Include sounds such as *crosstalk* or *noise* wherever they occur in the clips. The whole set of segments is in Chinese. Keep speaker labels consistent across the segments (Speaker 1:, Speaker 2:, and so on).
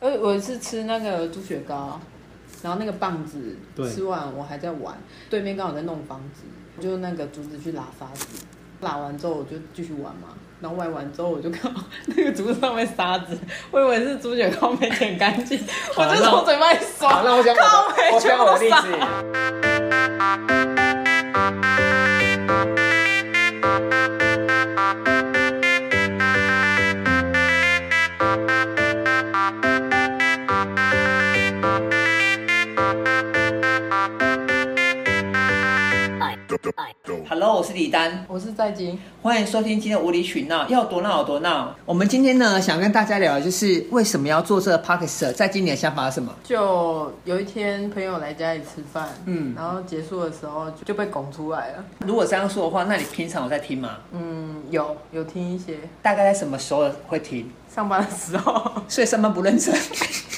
Speaker 1: 呃我是吃那个猪血糕，然后那个棒子
Speaker 2: 对
Speaker 1: 吃完，我还在玩，对面刚好在弄方子，我就那个竹子去拉沙子，拉完之后我就继续玩嘛。然后玩完之后，我就看到那个竹子上面沙子，我以为是猪血糕没舔干净，我
Speaker 2: 好
Speaker 1: 就
Speaker 2: 那
Speaker 1: 从嘴巴里
Speaker 2: 好，
Speaker 1: 刷。
Speaker 2: 那我讲我
Speaker 1: 靠北
Speaker 2: 的，我讲我的
Speaker 1: 全
Speaker 2: 例
Speaker 1: 部
Speaker 2: 子。
Speaker 3: Hello，我是李丹，
Speaker 1: 我是在金，
Speaker 3: 欢迎收听今天的无理取闹，要多闹有多闹。我们今天呢，想跟大家聊，就是为什么要做这个 p o c k e t 在今年的想法是什么？
Speaker 1: 就有一天朋友来家里吃饭，
Speaker 3: 嗯
Speaker 1: 然后结束的时候就就被拱出来了。
Speaker 3: 如果这样说的话，那你平常有在听吗？
Speaker 1: 嗯，有有听一些，
Speaker 3: 大概在什么时候会听？
Speaker 1: 上班的时候。
Speaker 3: 所以上班不认真，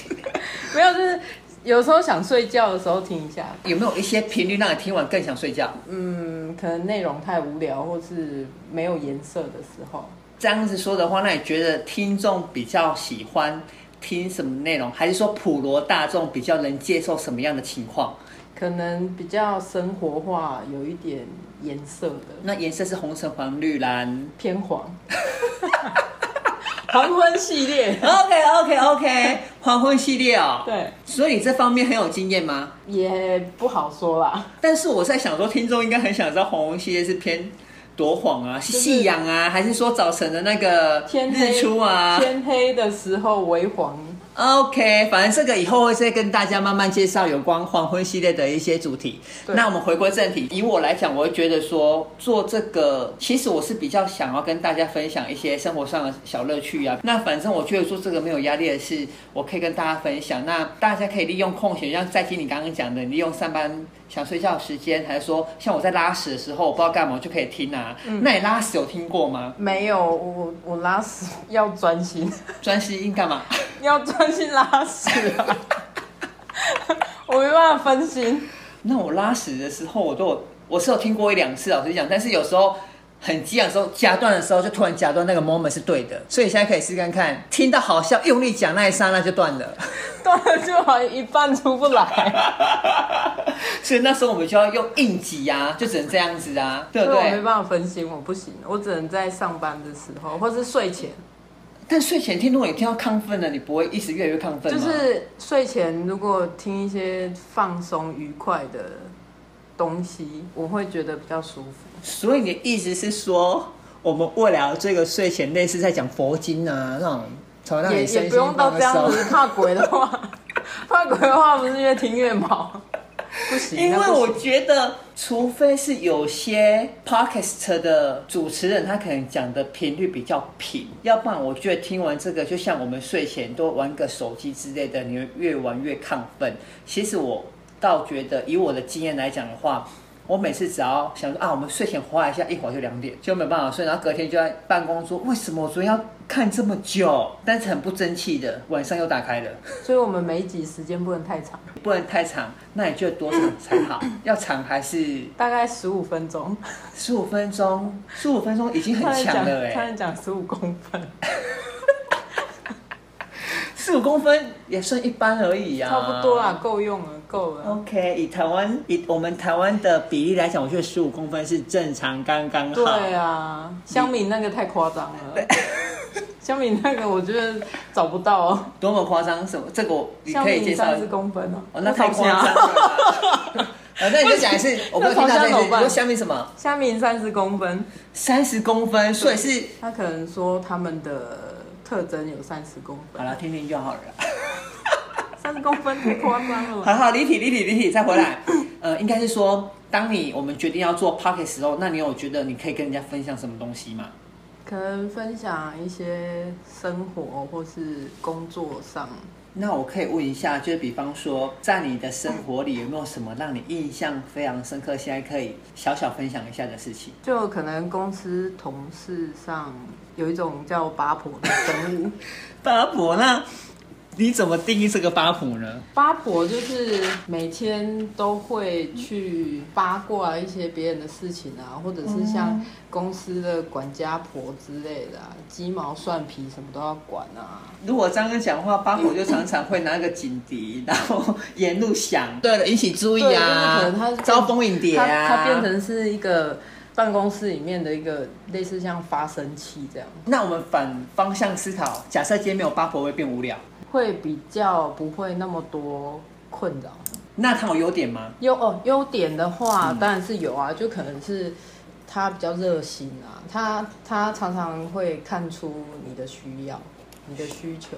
Speaker 3: *laughs*
Speaker 1: 没有，就是有时候想睡觉的时候听一下，
Speaker 3: 有没有一些频率让你听完更想睡觉？
Speaker 1: 嗯，可能内容太无聊或是没有颜色的时候，
Speaker 3: 这样子说的话，那你觉得听众比较喜欢听什么内容，还是说普罗大众比较能接受什么样的情况？
Speaker 1: 可能比较生活化，有一点颜色的，
Speaker 3: 那颜色是红橙黄绿蓝。
Speaker 1: 偏黄， *laughs* 黄昏系列，
Speaker 3: OK OK OK，黄昏系列哦。
Speaker 1: 对，
Speaker 3: 所以这方面很有经验吗？
Speaker 1: 也不好说啦，
Speaker 3: 但是我在想说，听众应该很想知道黄昏系列是偏多黄啊，是
Speaker 1: 就是
Speaker 3: 夕阳啊，还是说早晨的那个
Speaker 1: 天黑
Speaker 3: 日出啊
Speaker 1: 天黑的时候微黄，
Speaker 3: ？OK，反正这个以后会再跟大家慢慢介绍有关黄昏系列的一些主题。
Speaker 1: 对
Speaker 3: 那我们回归正题，以我来讲，我会觉得说做这个，其实我是比较想要跟大家分享一些生活上的小乐趣啊。那反正我觉得做这个没有压力的事，我可以跟大家分享。那大家可以利用空闲，像在金你刚刚讲的，你利用上班想睡觉的时间，还是说像我在拉屎的时候，我不知道干嘛我就可以听啊。那你拉屎有听过吗？
Speaker 1: 没有，我我拉屎要专心， *laughs*
Speaker 3: 专心干嘛？
Speaker 1: 要专心拉屎啊， *laughs* 我没办法分心。
Speaker 3: 那我拉屎的时候，我都有我是有听过一两次，老实讲，但是有时候很急的时候，夹断的时候就突然夹断那个 moment 是对的，所以现在可以试看看，听到好笑用力夹那一刹那就断了， *laughs*
Speaker 1: 断了就好像一半出不来，
Speaker 3: 所以那时候我们就要用硬挤啊，就只能这样子啊，对不
Speaker 1: 所以我没
Speaker 3: 对？
Speaker 1: 办法分心，我不行，我只能在上班的时候或是睡前，
Speaker 3: 但睡前听，如果你听到亢奋了，你不会一直越来越亢奋吗？
Speaker 1: 就是睡前如果听一些放松愉快的东西，我会觉得比较舒服。
Speaker 3: 所以你的意思是说，我们为了这个睡前类似在讲佛经啊那种，才会让
Speaker 1: 也
Speaker 3: 你身
Speaker 1: 也
Speaker 3: 心
Speaker 1: 不用到这样
Speaker 3: 放松
Speaker 1: 子，怕鬼的话，怕鬼的话不是越听越毛，不行，
Speaker 3: 因为
Speaker 1: 那不
Speaker 3: 我
Speaker 1: 行
Speaker 3: 觉得，除非是有些 podcast 的主持人，他可能讲的频率比较平，要不然我觉得听完这个，就像我们睡前多玩个手机之类的，你会越玩越亢奋。其实我倒觉得，以我的经验来讲的话。我每次只要想说啊，我们睡前划一下，一会儿就两点，就没办法睡，然后隔天就在办公桌，为什么我昨天要看这么久？但是很不争气的，晚上又打开了。
Speaker 1: 所以我们每一集时间不能太长，
Speaker 3: 不能太长，那你觉得多长才好？要长还是
Speaker 1: 大概十五分钟，
Speaker 3: 十五分钟？十五分钟已经很
Speaker 1: 他在
Speaker 3: 强
Speaker 1: 讲
Speaker 3: 了哎、
Speaker 1: 他在讲十五公分，
Speaker 3: 四五公分也算一般而已啊，
Speaker 1: 差不多啦，。够用了，够了。
Speaker 3: OK，以台湾以我们台湾的比例来讲，我觉得十五公分是正常刚刚好。
Speaker 1: 对啊，香米那个太夸张了。 *laughs* 香米那个我觉得找不到哦，
Speaker 3: 多么夸张？什么？这个我你
Speaker 1: 香
Speaker 3: 可以
Speaker 1: 米
Speaker 3: 介绍
Speaker 1: 三十。公分哦，
Speaker 3: 哦，那太夸张
Speaker 1: 了。
Speaker 3: 了。呃，那你就讲一次，我没有听到这一
Speaker 1: *laughs* 那烤箱怎
Speaker 3: 次。
Speaker 1: 么
Speaker 3: 你
Speaker 1: 办
Speaker 3: 说下面什么？
Speaker 1: 香米三十公分，
Speaker 3: 三十公分，所以是
Speaker 1: 他可能说他们的特征有三十公
Speaker 3: 好
Speaker 1: 分，
Speaker 3: 了，听听就好了。
Speaker 1: 三十公分太夸张了吧？
Speaker 3: 好好，立体立体立体，再回
Speaker 1: *laughs*
Speaker 3: 来。呃，应该是说，当你我们决定要做 p o c k e t 时候，那你有觉得你可以跟人家分享什么东西吗？
Speaker 1: 可能分享一些生活或是工作上，
Speaker 3: 那我可以问一下，就是比方说，在你的生活里有没有什么让你印象非常深刻，现在可以小小分享一下的事情？
Speaker 1: 就可能公司同事上有一种叫八婆的生物，
Speaker 3: 八婆那你怎么定义这个八婆呢？
Speaker 1: 八婆就是每天都会去八卦一些别人的事情啊，或者是像公司的管家婆之类的、啊，鸡毛蒜皮什么都要管啊。
Speaker 3: 如果这样讲话，八婆就常常会拿个警笛，然后沿路响， *laughs* 对了，引起注意啊，
Speaker 1: 对因为可能她
Speaker 3: 招蜂引蝶啊，
Speaker 1: 它它变成是一个办公室里面的一个类似像发声器这样，
Speaker 3: 那我们反方向思考，假设今天没有八婆会变无聊，
Speaker 1: 会比较不会那么多困扰。
Speaker 3: 那它有优点吗？
Speaker 1: 优哦，优点的话当然是有啊，就可能是他比较热心啊，他他常常会看出你的需要、你的需求，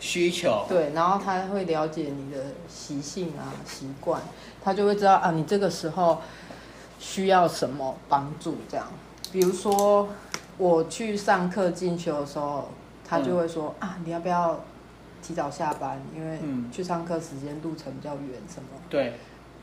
Speaker 3: 需求，
Speaker 1: 对，然后他会了解你的习性啊、习惯，他就会知道啊，你这个时候需要什么帮助这样。比如说我去上课进修的时候，他就会说、啊，你要不要提早下班？因为
Speaker 3: 嗯
Speaker 1: 去上课时间路程比较远，什么
Speaker 3: 对。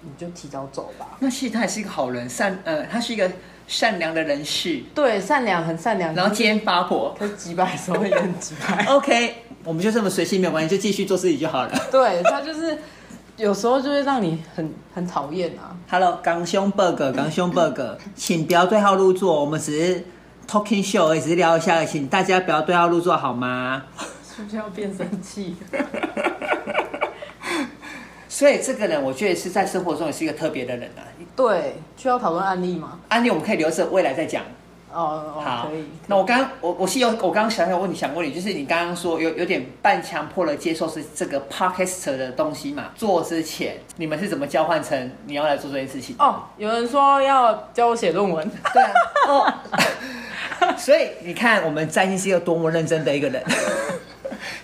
Speaker 1: 你就提早走吧。
Speaker 3: 那其实他也是一个好人，善呃，他是一个善良的人士，
Speaker 1: 对，善良很善良，
Speaker 3: 然后今天八婆。
Speaker 1: 可是几百时候也很几百。
Speaker 3: OK，我们就这么随性，没有关系，就继续做自己就好了。
Speaker 1: *laughs* 对他就是有时候就会让你很很讨厌啊。
Speaker 3: Hello，港兄 bug，港兄 bug，请不要对号入座，我们只是 talking show，而已只是聊一下而已，请大家不要对号入座好吗？
Speaker 1: 是不是要变声器？
Speaker 3: 所以这个人，我觉得是在生活中也是一个特别的人啊。
Speaker 1: 对，需要讨论案例吗？
Speaker 3: 案例我们可以留着未来再讲。
Speaker 1: 哦哦，
Speaker 3: 好
Speaker 1: 可以。
Speaker 3: 那我刚刚我我是有我刚刚想想问你想问你，就是你刚刚说有有点半强迫的接受是这个 podcast 的东西嘛？做之前你们是怎么交换成你要来做这件事情？
Speaker 1: 哦，有人说要教我写论文，
Speaker 3: 对啊，哦，所以你看我们占星是一个多么认真的一个人。 *laughs*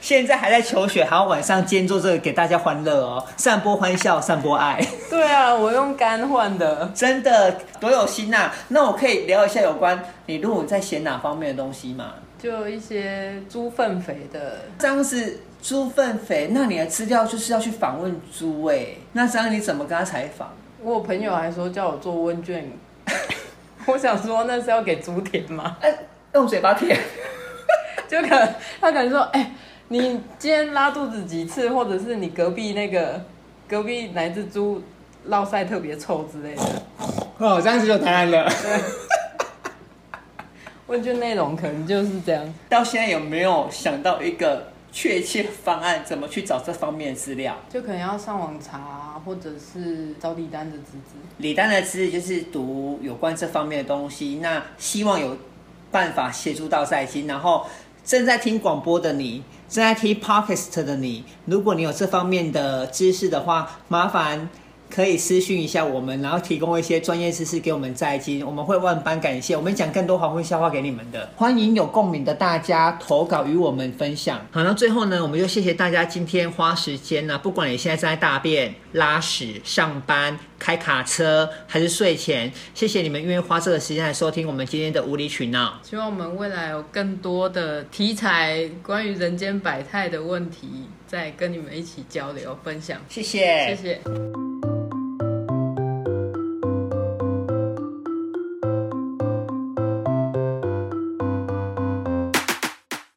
Speaker 3: 现在还在求学，还要晚上兼做这个给大家欢乐哦，散播欢笑，散播爱，
Speaker 1: *laughs* 对啊，我用肝换的。
Speaker 3: 真的多有心呐、那我可以聊一下有关你论文在写哪方面的东西吗？
Speaker 1: 就一些猪粪肥的，
Speaker 3: 这样是猪粪肥，那你的资料就是要去访问猪哎、那这样你怎么跟他采访？
Speaker 1: 我有朋友还说叫我做问 *laughs* 卷，我想说那是要给猪填吗？
Speaker 3: 哎、用嘴巴舔，
Speaker 1: *laughs* 就可能他可能说，哎、你今天拉肚子几次，或者是你隔壁那个隔壁哪一只猪落晒特别臭之类的。
Speaker 3: 哦，这样子就答案了。
Speaker 1: 问卷内容可能就是这样，
Speaker 3: 到现在有没有想到一个确切方案，怎么去找这方面的资料？
Speaker 1: 就可能要上网查，啊或者是找李丹的侄子。
Speaker 3: 李丹的资就是读有关这方面的东西，那希望有办法协助到在心。然后正在听广播的你，正在听 podcast 的你，如果你有这方面的知识的话，麻烦可以私讯一下我们，然后提供一些专业知识给我们在心，我们会万般感谢。我们讲更多黄昏笑话给你们的，欢迎有共鸣的大家投稿与我们分享。好，那最后呢，我们就谢谢大家今天花时间呢、不管你现在正在大便、拉屎、上班、开卡车还是睡前，谢谢你们愿意花这个时间来收听我们今天的无理取闹。
Speaker 1: 希望我们未来有更多的题材，关于人间百态的问题，再跟你们一起交流分享。
Speaker 3: 谢
Speaker 1: 谢
Speaker 3: 谢，
Speaker 1: 谢。